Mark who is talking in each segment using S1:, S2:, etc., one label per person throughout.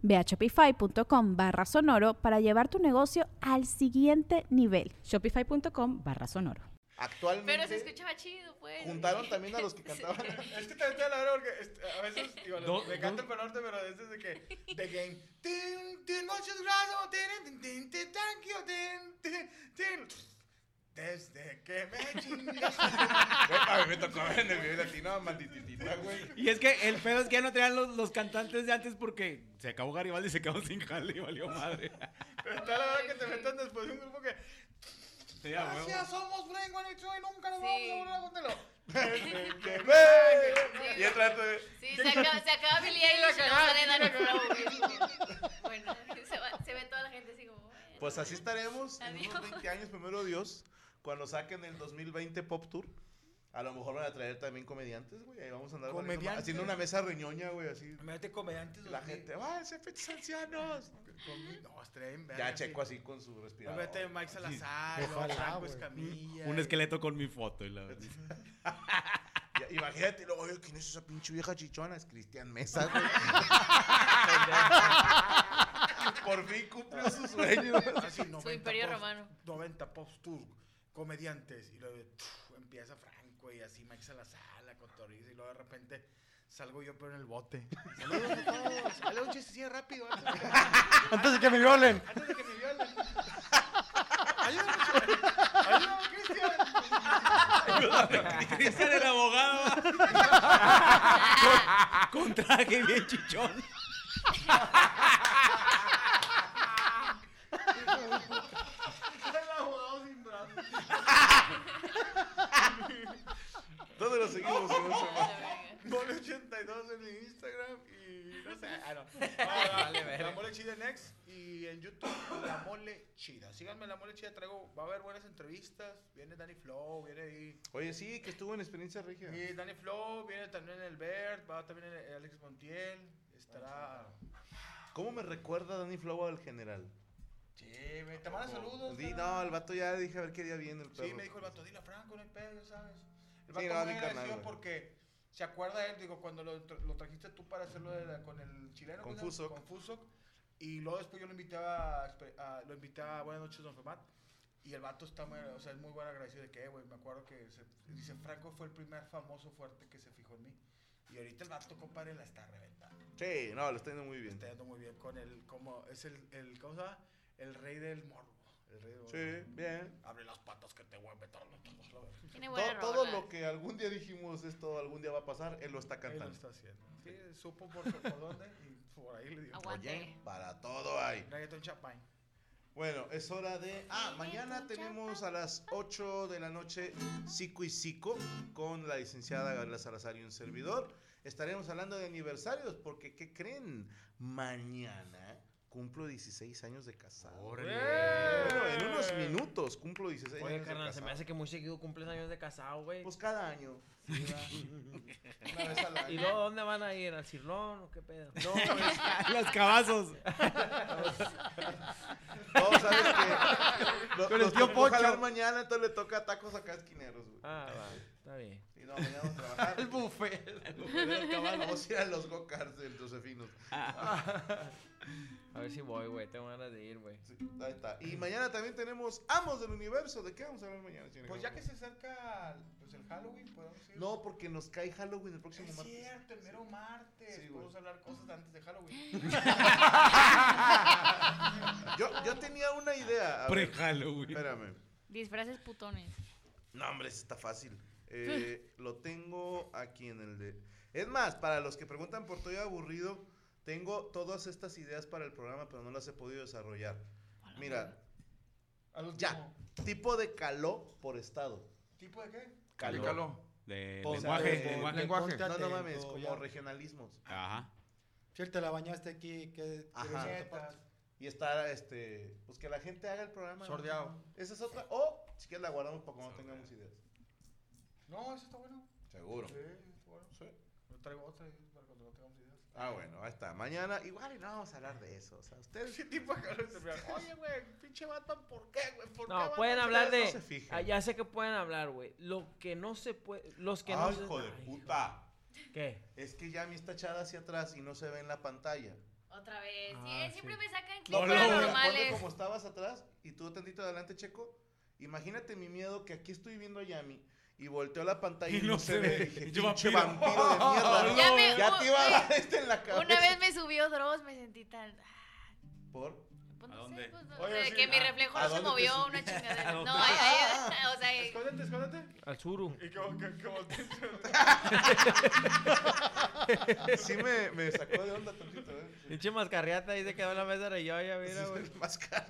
S1: Ve a shopify.com barra sonoro para llevar tu negocio al siguiente nivel.
S2: Shopify.com barra sonoro.
S3: Actualmente
S4: Pero se escuchaba chido, pues.
S3: juntaron también a los que cantaban.
S5: Es que también te la verdad porque este, a veces, digo,
S6: Do-
S5: me canta el pal norte, pero es desde que, de game. Tin, tin, muchas gracias, tin, tin, tin, tin, thank you, tin, tin, tin. Desde que me chingas. a mí me tocó ver en el video latino, maldititita, güey.
S6: Y es que el pedo es que ya no traían los, los cantantes de antes porque se acabó Garibaldi y se quedó sin jale y valió madre.
S5: Pero está la verdad que te metan después de un grupo que.
S6: Sí, a huevo.
S5: Gracias, somos Frank One y Two y nunca nos
S4: Sí.
S5: vamos a volver a contarlo. Desde que me.
S4: Sí.
S5: Y otra vez.
S4: Sí, se acaba, se acaba Billie Eilish y no sale Dan Crow. güey. Bueno, se, va- se ve toda la gente así como... bueno.
S3: Pues así estaremos en unos
S4: Adiós.
S3: 20 años, primero Dios, cuando saquen el 2020 Pop Tour. A lo mejor van a traer también comediantes, güey. Ahí vamos a andar valiendo ma-
S5: Comediantes.
S3: haciendo una mesa reñoña, güey, así.
S5: Mete comediantes.
S3: La gente, ¡ah, ese fechas ancianos!
S5: Con- No, estrella
S3: Ya checo así con su respirador.
S5: Vete Mike Salazar, luego Franco Escamilla. eh.
S6: Un
S5: y-
S6: esqueleto con mi foto. Y la...
S3: Ya, Imagínate, luego, oye, ¿quién es esa pinche vieja chichona? Es Cristian Mesa, güey. Por fin cumple su sueño.
S5: Así, 90
S4: imperio
S5: post-
S4: romano.
S5: 90 post tour, comediantes. Y luego tuf, empieza Franco y así Mike Salazar, la cotoriza. Y luego de repente salgo yo, pero en el bote. Saludos a todos. Dale un chistecillo rápido. Antes de,
S6: Antes de que me violen.
S5: antes de que me violen. Ayúdame, ayúdame, Cristian.
S6: Cristian el abogado. con, con traje bien chichón.
S5: El abogado sin brazos.
S3: ¿Dónde lo seguimos? señor Samán?
S5: Mole 82 en mi Instagram y no sé. Ah, no. Ah, la- la mole chida en X y en YouTube la mole chida. Síganme la mole chida, traigo, va a haber buenas entrevistas. Viene Danny Flow, viene ahí.
S3: Oye, sí, que estuvo en Experiencia Regia.
S5: Y Danny Flow, viene también el Bert, va también el Alex Montiel. Estará.
S3: ¿Cómo me recuerda Danny Flow al general?
S5: Sí, me te
S3: Ah,
S5: manda saludos.
S3: Di,
S5: carnal.
S3: no, el vato ya dije a ver qué día viene el perro.
S5: Sí, me dijo el vato, dile a Franco, no hay pedo, ¿sabes? El
S3: Sí,
S5: vato
S3: no,
S5: me
S3: ni carnal,
S5: agradeció
S3: güey.
S5: porque se acuerda él, digo, cuando lo, tra- lo trajiste tú para hacerlo de la- con el chileno.
S3: Con
S5: ¿cómo se llama?
S3: Fusoc.
S5: Con Fusoc. Y luego después yo lo invitaba, a, espe- a- lo invitaba a Buenas noches, Don Femat. Y el vato está muy, o sea, es muy buen agradecido de que, "Eh, güey, me acuerdo que se- dice, Franco fue el primer famoso fuerte que se fijó en mí. Y ahorita el vato, compadre, la está reventando.
S3: Sí, no, lo está yendo muy
S5: Le
S3: bien.
S5: Está yendo muy bien con el, como, es el, el ¿cómo se llama? El rey del morbo. El rey del
S3: Sí,
S5: morbo.
S3: bien.
S5: Abre las patas que te voy a meter los ojos, la verga.
S4: Tiene
S3: To-
S4: buena
S3: todo
S4: rola.
S3: lo que algún día dijimos, esto algún día va a pasar, él lo está
S5: Él lo
S3: cantando.
S5: está haciendo. Sí, supo por, por dónde y por ahí le dio.
S4: Aguanta.
S3: Oye, para todo hay.
S5: Reggaeton Chapain.
S3: Bueno, es hora de... Ah, mañana tenemos a las 8 de la noche Cico y Cico con la licenciada Gabriela Salazar y un servidor. Estaremos hablando de aniversarios porque, ¿qué creen? Mañana cumplo 16 años de casado. Bueno, en unos minutos cumplo 16
S7: Oye,
S3: años de
S7: carnal, se
S3: casado.
S7: me hace que muy seguido cumples años de casado, güey.
S3: Pues cada año.
S5: Una vez al
S7: ¿Y
S5: año.
S7: luego dónde van a ir? ¿Al cirlón o qué pedo?
S3: eh. No, pues,
S6: Los cabazos.
S3: no, sabes que. Lo,
S6: Con el
S3: nos
S6: tío
S3: tocó jalar
S6: Poncho.
S3: mañana, entonces le toca tacos acá a esquineros, güey.
S7: Ah, va, está bien.
S3: Y no, mañana vamos a trabajar. El buffet. Vamos a ir a los go-karts del Josefinos.
S7: A ver si voy, güey. Tengo ganas de ir, güey.
S3: Sí, ahí está. Y mañana también tenemos Amos del Universo. ¿De qué vamos a hablar mañana, señor?
S5: Pues ya que se acerca pues, el Halloween, podemos ir.
S3: No, porque nos cae Halloween el próximo
S5: es
S3: martes.
S5: cierto, el mero martes.
S3: Sí, güey.
S5: podemos hablar cosas de antes de Halloween.
S3: Yo, yo tenía una idea. A ver,
S6: Pre-Halloween.
S3: espérame.
S4: Disfraces putones.
S3: No, hombre, ese está fácil. Eh, lo tengo aquí en el de. Es más, para los que preguntan por Toy Aburrido, tengo todas estas ideas para el programa, pero no las he podido desarrollar. Mira,
S5: Al último.
S3: ya. Tipo de caló por estado.
S5: ¿Tipo de qué?
S6: Caló.
S8: Caló.
S6: De
S3: Pues,
S6: lenguaje,
S3: eh,
S6: lenguaje.
S8: lenguaje.
S5: Ponte
S3: No, no
S5: atento,
S3: mames, como
S5: ya.
S3: regionalismos.
S6: Ajá.
S8: Si él te la bañaste aquí, ¿qué
S3: Ajá.
S8: quieres en tu
S5: Chetas.
S8: parte?
S3: Y está, este, pues que la gente haga el programa. ¿no?
S8: Sordeado.
S3: Esa es otra. O, si quieres, la guardamos para cuando tengamos ideas.
S5: No, eso está bueno.
S3: Seguro.
S5: Sí, está bueno. Yo traigo otra ahí para cuando no tengamos ideas.
S3: Ah, bueno, ahí está. Mañana, igual, y no vamos a hablar de eso. O sea, ustedes
S5: Ese tipo acá se me hace, Oye, güey, pinche Batman, ¿por qué, güey? ¿Por qué
S7: No,
S5: van a
S7: pueden
S5: hacer
S7: hablar
S5: eso?"
S7: de.
S3: no se fijen.
S7: Ah, ya sé que pueden hablar, güey. Lo que no se puede. Los que no
S3: Ay,
S7: se.
S3: Ah, hijo de
S7: Ay,
S3: puta.
S7: hijo. ¿Qué?
S3: Es que ya mi está echada hacia atrás y no se ve en la pantalla.
S4: Otra vez. Sí,
S7: Ah,
S4: eh, siempre
S7: sí.
S4: me sacan clips
S3: No, pero mira, ponte
S4: paranormales.
S3: como estabas atrás y tú tantito adelante, Checo. Imagínate mi miedo que aquí estoy viendo a Yami y volteó la pantalla y no, se ve. Dije,
S6: Yo
S3: pinche
S6: vampiro".
S3: vampiro de mierda. ¿no?
S4: Ya me-
S3: Ya te iba a
S4: oye,
S3: dar este en la cabeza.
S4: Una vez me subió Dross, me sentí tan. ah,
S3: Por...
S4: Pues
S6: ¿A
S4: no
S6: dónde?
S4: sé, pues, no
S5: Oye,
S4: sé,
S5: sí.
S4: que mi
S5: Ah,
S4: reflejo
S3: ¿a
S4: no se
S3: dónde te Ah,
S4: movió,
S3: sentí?
S4: una
S6: ¿A
S4: chingadera.
S6: dónde?
S4: No, ahí, ahí, o sea, eh,
S5: Escóndete, escóndete.
S7: Al suru.
S5: Y como que que voltees.
S3: Sí me, me sacó de onda tantito. ¿eh? Sí.
S7: Pinche mascarriata ahí se quedó en la mesa de yo, ya mira,
S3: Ese
S7: güey.
S3: es el más caro.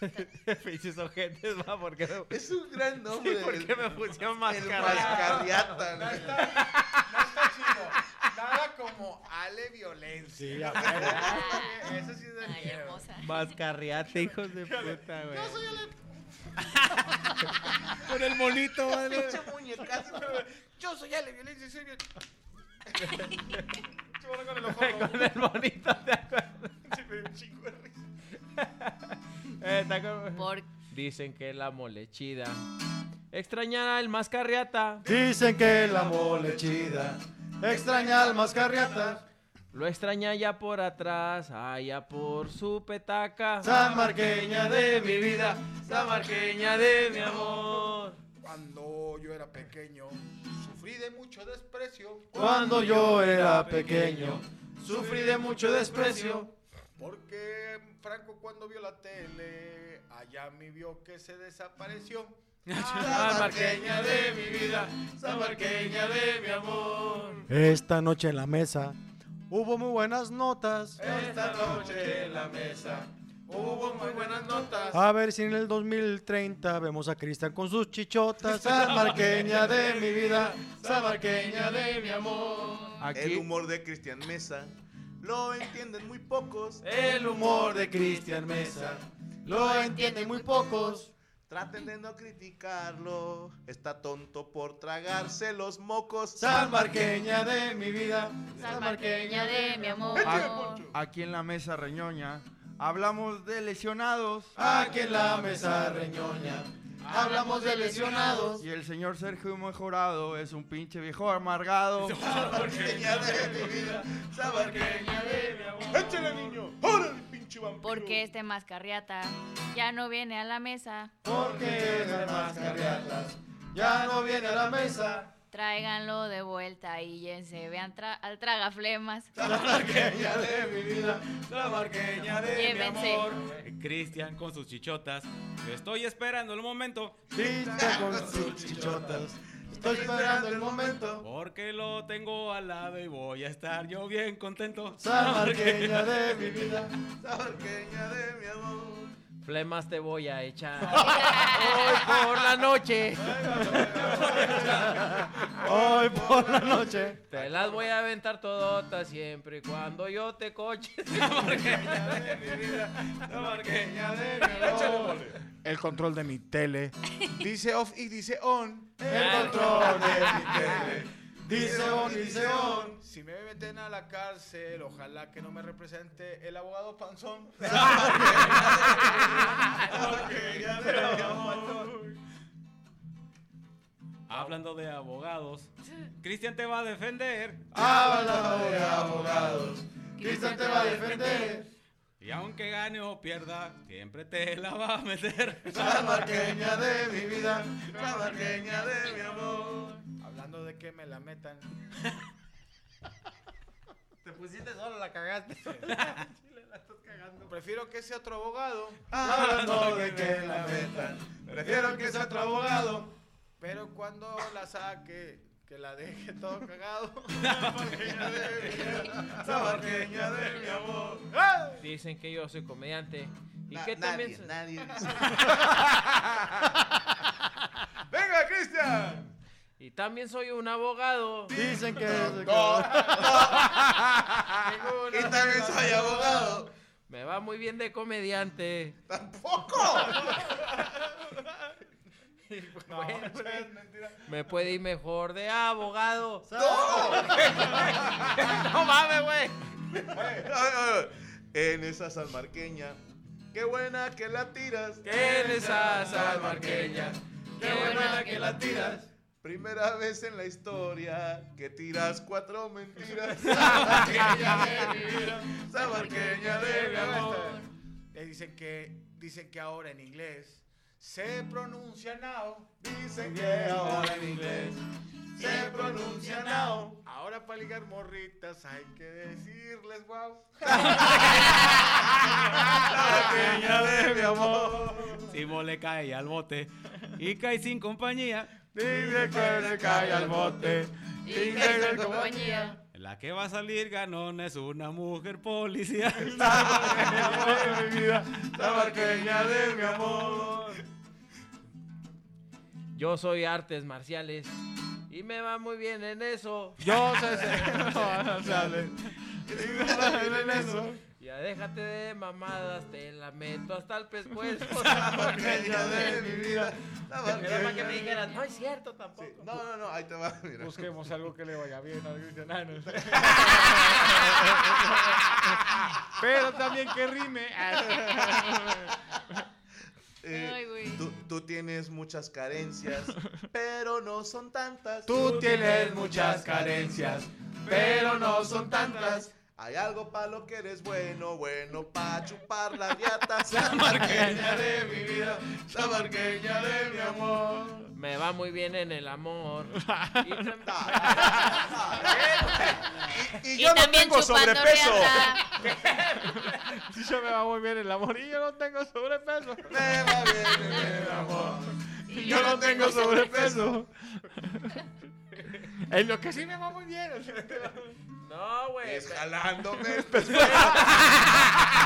S7: Pinches ojetes, va, ¿por qué, me-
S3: Es un gran nombre.
S7: ¿por qué me pusieron
S3: El
S7: mascarriata?
S3: mascarriata.
S5: No
S3: ¿no?
S5: está, no está chido. Nada como Ale Violencia.
S8: Sí, ya, güey.
S4: ah,
S5: Eso sí es de
S4: Ay,
S5: miedo.
S4: hermosa.
S7: Mascarriata, hijos de puta, güey.
S6: Con el monito, madre.
S3: Pinche muñecazo.
S5: Yo soy Ale Violencia, soy bien. Chupalo con el ojo.
S7: Con el monito, ¿te acuerdas?
S5: Sí, me dio un chingo de risa.
S7: Eh, ¿te acuerdas?
S4: Por
S7: Dicen que la mole chida extrañará el mascarriata.
S8: Dicen que la mole chida extraña al mascarriata.
S7: Lo extraña ya por atrás, allá por su petaca.
S8: Samarqueña de mi vida.
S7: Samarqueña de mi amor.
S5: Cuando yo era pequeño, sufrí de mucho desprecio
S8: Cuando yo era pequeño, sufrí de mucho desprecio.
S5: Porque Franco cuando vio la tele, allá me vio que se desapareció.
S8: Samarqueña de mi vida, samarqueña de mi amor. Esta noche en la mesa hubo muy buenas notas.
S5: Esta noche en la mesa hubo muy buenas notas.
S8: A ver si en el 2030 vemos a Cristian con sus chichotas. Samarqueña de mi vida, samarqueña de mi amor.
S3: El
S7: Aquí
S3: humor de Cristian Mesa lo entienden muy pocos.
S8: El humor de Cristian Mesa lo entienden muy pocos.
S3: Traten de no criticarlo. Está tonto por tragarse los mocos.
S8: Samarqueña de mi vida,
S4: Salmarqueña de mi amor.
S9: Aquí en la mesa reñoña hablamos de lesionados
S8: Aquí en la mesa reñoña hablamos de lesionados.
S9: y el señor Sergio Mejorado es un pinche viejo amargado.
S3: Samarqueña de mi vida. Samarqueña de mi amor. Échale, niño. Órale, pinche vampiro.
S4: Porque este mascarriata ya no viene a la mesa.
S8: Porque esas mascarriatas ya no viene a la mesa.
S4: Tráiganlo de vuelta y llévense vean tra- al tragaflemas.
S8: Samarqueña de mi vida, samarqueña de mi
S4: Llévense.
S8: amor.
S6: Cristian con sus chichotas. Estoy esperando el momento
S8: Pinta con sus chichotas. Estoy esperando el momento.
S6: porque lo tengo al lado y voy a estar yo bien contento.
S8: Samarqueña de mi vida.
S3: Samarqueña de mi amor.
S7: flemas te voy a echar. Hoy por la noche
S8: Hoy por la noche.
S7: te las voy a aventar todotas siempre y cuando yo te coche.
S8: Samarqueña de mi amor.
S5: El control de mi tele dice off y dice on.
S8: El control de mi tele. Dice on, dice on.
S5: Si me meten a la cárcel, ojalá que no me represente el abogado Panzón.
S6: Hablando de abogados, Cristian te va a defender.
S8: Habla de abogados. Cristian te va a defender.
S6: Y aunque gane o pierda, siempre te la va a meter.
S8: Samarqueña de mi vida.
S3: Samarqueña de mi amor.
S5: Hablando de que me la metan.
S9: Te pusiste solo, la cagaste. Chile, la estás cagando.
S5: Prefiero que sea otro abogado.
S8: Ah,
S3: Hablando de que la metan. Prefiero que sea otro abogado.
S5: Pero cuando la saque, que la deje todo cagado. Sabarqueña de mi vida, sabarqueña de mi amor. ¡Ah!
S7: Dicen que yo soy comediante. ¿Y
S3: Na-
S7: que
S3: nadie,
S7: también? se-
S3: nadie.
S5: ¡Venga, Cristian!
S7: Y también soy un abogado.
S8: Dicen que.
S5: Ninguna
S3: Y también soy abogado.
S7: Me va muy bien de comediante.
S3: ¡Tampoco!
S5: No, es mentira.
S7: Me puede ir mejor de abogado.
S3: ¡No!
S7: no mames, güey.
S3: Ay, ay, ay. En esa salmarqueña. Qué buena que la tiras.
S7: En esa salmarqueña. Qué buena que la tiras.
S3: Primera vez en la historia que tiras cuatro mentiras. Salmarqueña de mi amor.
S5: Le Eh, dicen que, dicen que ahora en inglés se pronuncia now.
S3: Dicen que ahora en inglés se pronuncia now.
S5: Ahora para ligar morritas hay que decirles wow.
S3: Salmarqueña de mi amor.
S6: Si vos le caes al bote y caes sin compañía,
S3: Dile que le cae al bote.
S4: Y que es compañía.
S6: la que va a salir ganón es una mujer policía.
S3: de mi vida, Salmarqueña de mi amor.
S7: Yo soy artes marciales. Y me va muy bien en eso.
S9: Yo sé ser.
S3: En eso.
S7: Ya déjate de mamadas, te la meto hasta el pescuezo.
S3: Salmarqueña de mi vida.
S7: Era para que
S3: Salmarqueña
S7: me
S3: de mi
S7: dijeran, no es cierto tampoco.
S3: Sí, No, no, no, ahí te va. Mira.
S9: Busquemos algo que le vaya bien al Cristian Anos. Pero también que rime.
S3: Eh,
S4: Ay, güey.
S3: tú, tú tienes muchas carencias, pero no son tantas.
S9: Tú tienes muchas carencias, pero no son tantas.
S3: Hay algo para lo que eres bueno, bueno para chupar las diatas. La marqueña de mi vida, la marqueña de mi amor.
S7: Me va muy bien en el amor. Y tam-
S3: Ah, Y, y yo no tengo sobrepeso.
S4: riata.
S9: Si yo me va muy bien el amor y yo no tengo sobrepeso.
S3: Me va bien en el amor.
S4: Y
S9: Yo no tengo sobrepeso. En lo que sí me va muy bien.
S7: No, güey.
S3: Es jalándome el pescuezo.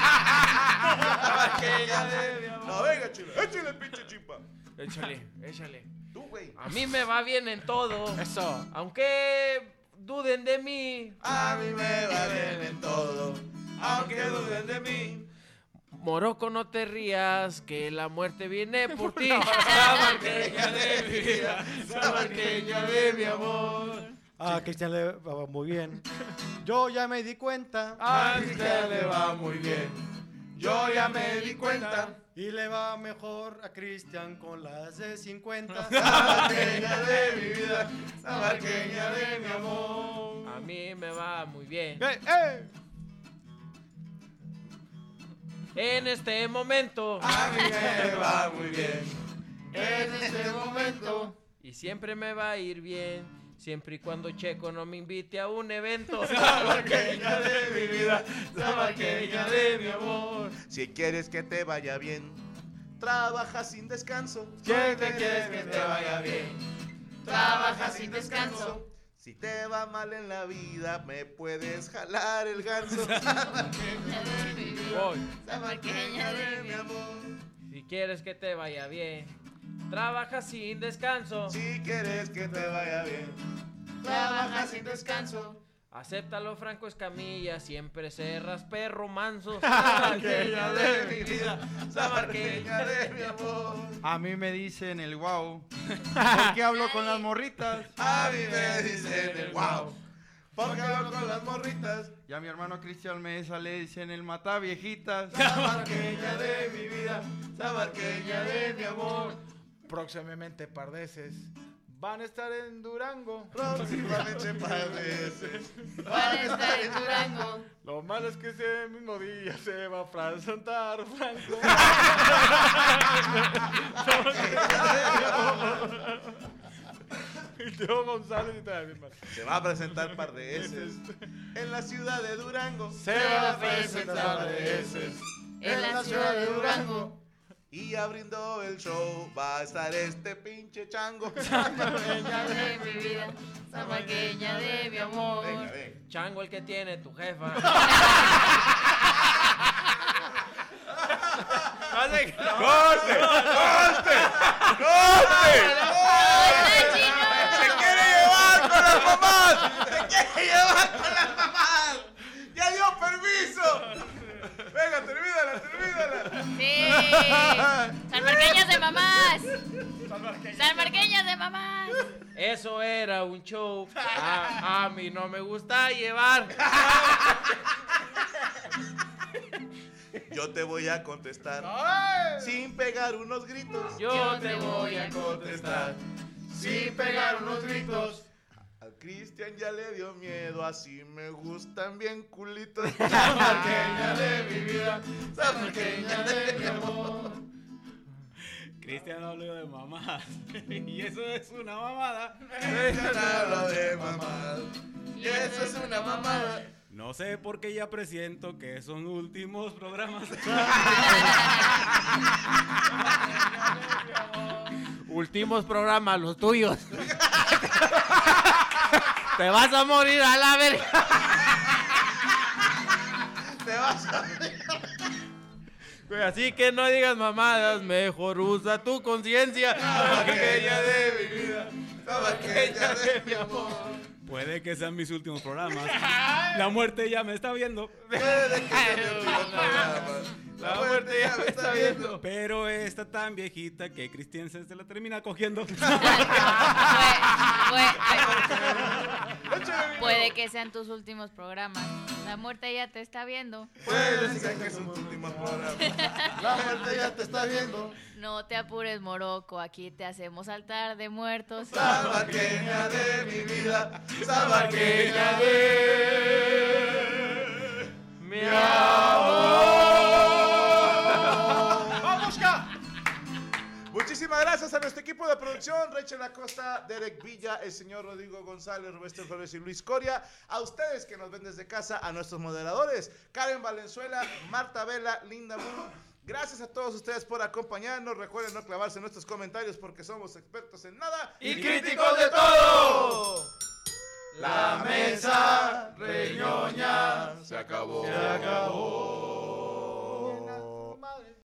S3: La marqueña de mi amor. No, venga, chile. Échale el pinche chimpa.
S7: Échale, échale.
S3: Tú, güey.
S7: A mí me va bien en todo.
S9: Eso.
S7: Aunque duden de mí.
S3: A mí me va bien en todo, aunque duden de mí.
S7: Moroco, no te rías, que la muerte viene por ti. Sabarqueña de mi vida, sabarqueña de mi amor.
S8: A Ah, Cristian le va muy bien. Ah. Yo ya me di cuenta.
S3: A Cristian le va muy bien. Yo ya me di cuenta.
S8: Y le va mejor a Cristian con las de 50.
S3: Sabarqueña de mi vida, sabarqueña de mi amor.
S7: A mí me va muy bien. En este momento.
S3: A mí me va muy bien. En este momento.
S7: Y siempre me va a ir bien, siempre y cuando Checo no me invite a un evento.
S3: Sabarqueña de mi vida, sabarqueña de mi amor. Si quieres que te vaya bien, trabaja sin descanso. Si te quieres que te vaya bien, trabaja sin descanso. Si te va mal en la vida, me puedes jalar el ganso.
S7: Voy.
S3: Sabarqueña de mi amor.
S7: Si quieres que te vaya bien, trabaja sin descanso.
S3: Si quieres que te vaya bien, trabaja sin descanso.
S7: Acéptalo, Franco Escamilla, siempre serás perro manso. Ah,
S3: Sabarqueña de mi vida, sabarqueña de mi amor.
S9: A mí me dicen el wow. ¿Por qué hablo con las morritas?
S3: A mí me dicen el wow. Porque hablo con las morritas.
S9: Y a mi hermano Cristian Mesa le dicen el mata viejitas.
S3: Sabarqueña de mi vida, sabarqueña de mi amor.
S5: Próximamente pardeces van a estar en Durango.
S3: Próximamente padeces.
S4: Van a estar en Durango.
S9: Lo malo es que ese mismo día se va a presentar Franco.
S3: Sabarqueña de mi amor.
S5: Teo González y tal. mi hermano.
S3: Se va a presentar par de heces en la ciudad de Durango.
S5: Se va a presentar de ese.
S4: En la ciudad de Durango.
S3: Y ya brindó el show, va a estar este pinche chango.
S4: Samarqueña de mi vida, samarqueña de mi amor.
S3: Venga, venga.
S7: Chango el que tiene tu jefa. No sé qué-
S5: ¡Corte! ¡Corte! ¡Corte!
S4: ¡Ay,
S5: ¡Se
S4: chino!
S5: quiere llevar con las mamás!
S3: ¡Ya dio permiso! Venga, termínala, termínala.
S4: Sí. Salmarqueñas de mamás. Salmarqueñas de mamás.
S7: Eso era un show. A, a mí no me gusta llevar.
S3: Yo te voy a contestar
S5: ¡Ay!
S3: sin pegar unos gritos.
S7: Yo te voy a
S3: contestar.
S5: Sí, pegaron los gritos.
S3: A Cristian ya le dio miedo, así me gustan bien culitos.
S5: Samarqueña de mi vida, samarqueña de mi amor.
S6: Cristian habló de mamás. y eso es una mamada.
S3: Habla de mamá. Y eso es una mamada.
S6: No sé por qué ya presiento que son últimos programas.
S7: Últimos programas, los tuyos. Te vas a morir a la verga.
S3: Te vas a...
S7: Güey, Así que no digas mamadas, mejor usa tu conciencia.
S3: Samarqueña de mi vida, samarqueña de mi amor.
S6: Puede que sean mis últimos programas. La muerte ya me está viendo.
S3: Desde que se me olvidó el programa, La muerte ya me está viendo.
S6: Pero está tan viejita que Cristian se se la termina cogiendo.
S4: Puede- puede- Puede que sean tus últimos programas. La muerte ya te está viendo.
S3: Puede ser que es un último programa. La muerte ya te está viendo.
S4: No te apures, Moroco. Aquí te hacemos saltar de muertos.
S3: Sabarqueña de mi vida, sabarqueña de
S7: Mi amor.
S3: ¡Vamos, Muchísimas gracias a nuestro equipo de producción, Rachel Acosta, Derek Villa, el señor Rodrigo González, Roberto Flores y Luis Coria. A ustedes que nos ven desde casa, a nuestros moderadores, Karen Valenzuela, Marta Vela, Linda Bruno. Gracias a todos ustedes por acompañarnos. Recuerden no clavarse en nuestros comentarios porque somos expertos en nada.
S7: Y críticos de todo.
S3: La mesa reñoña
S5: Se acabó.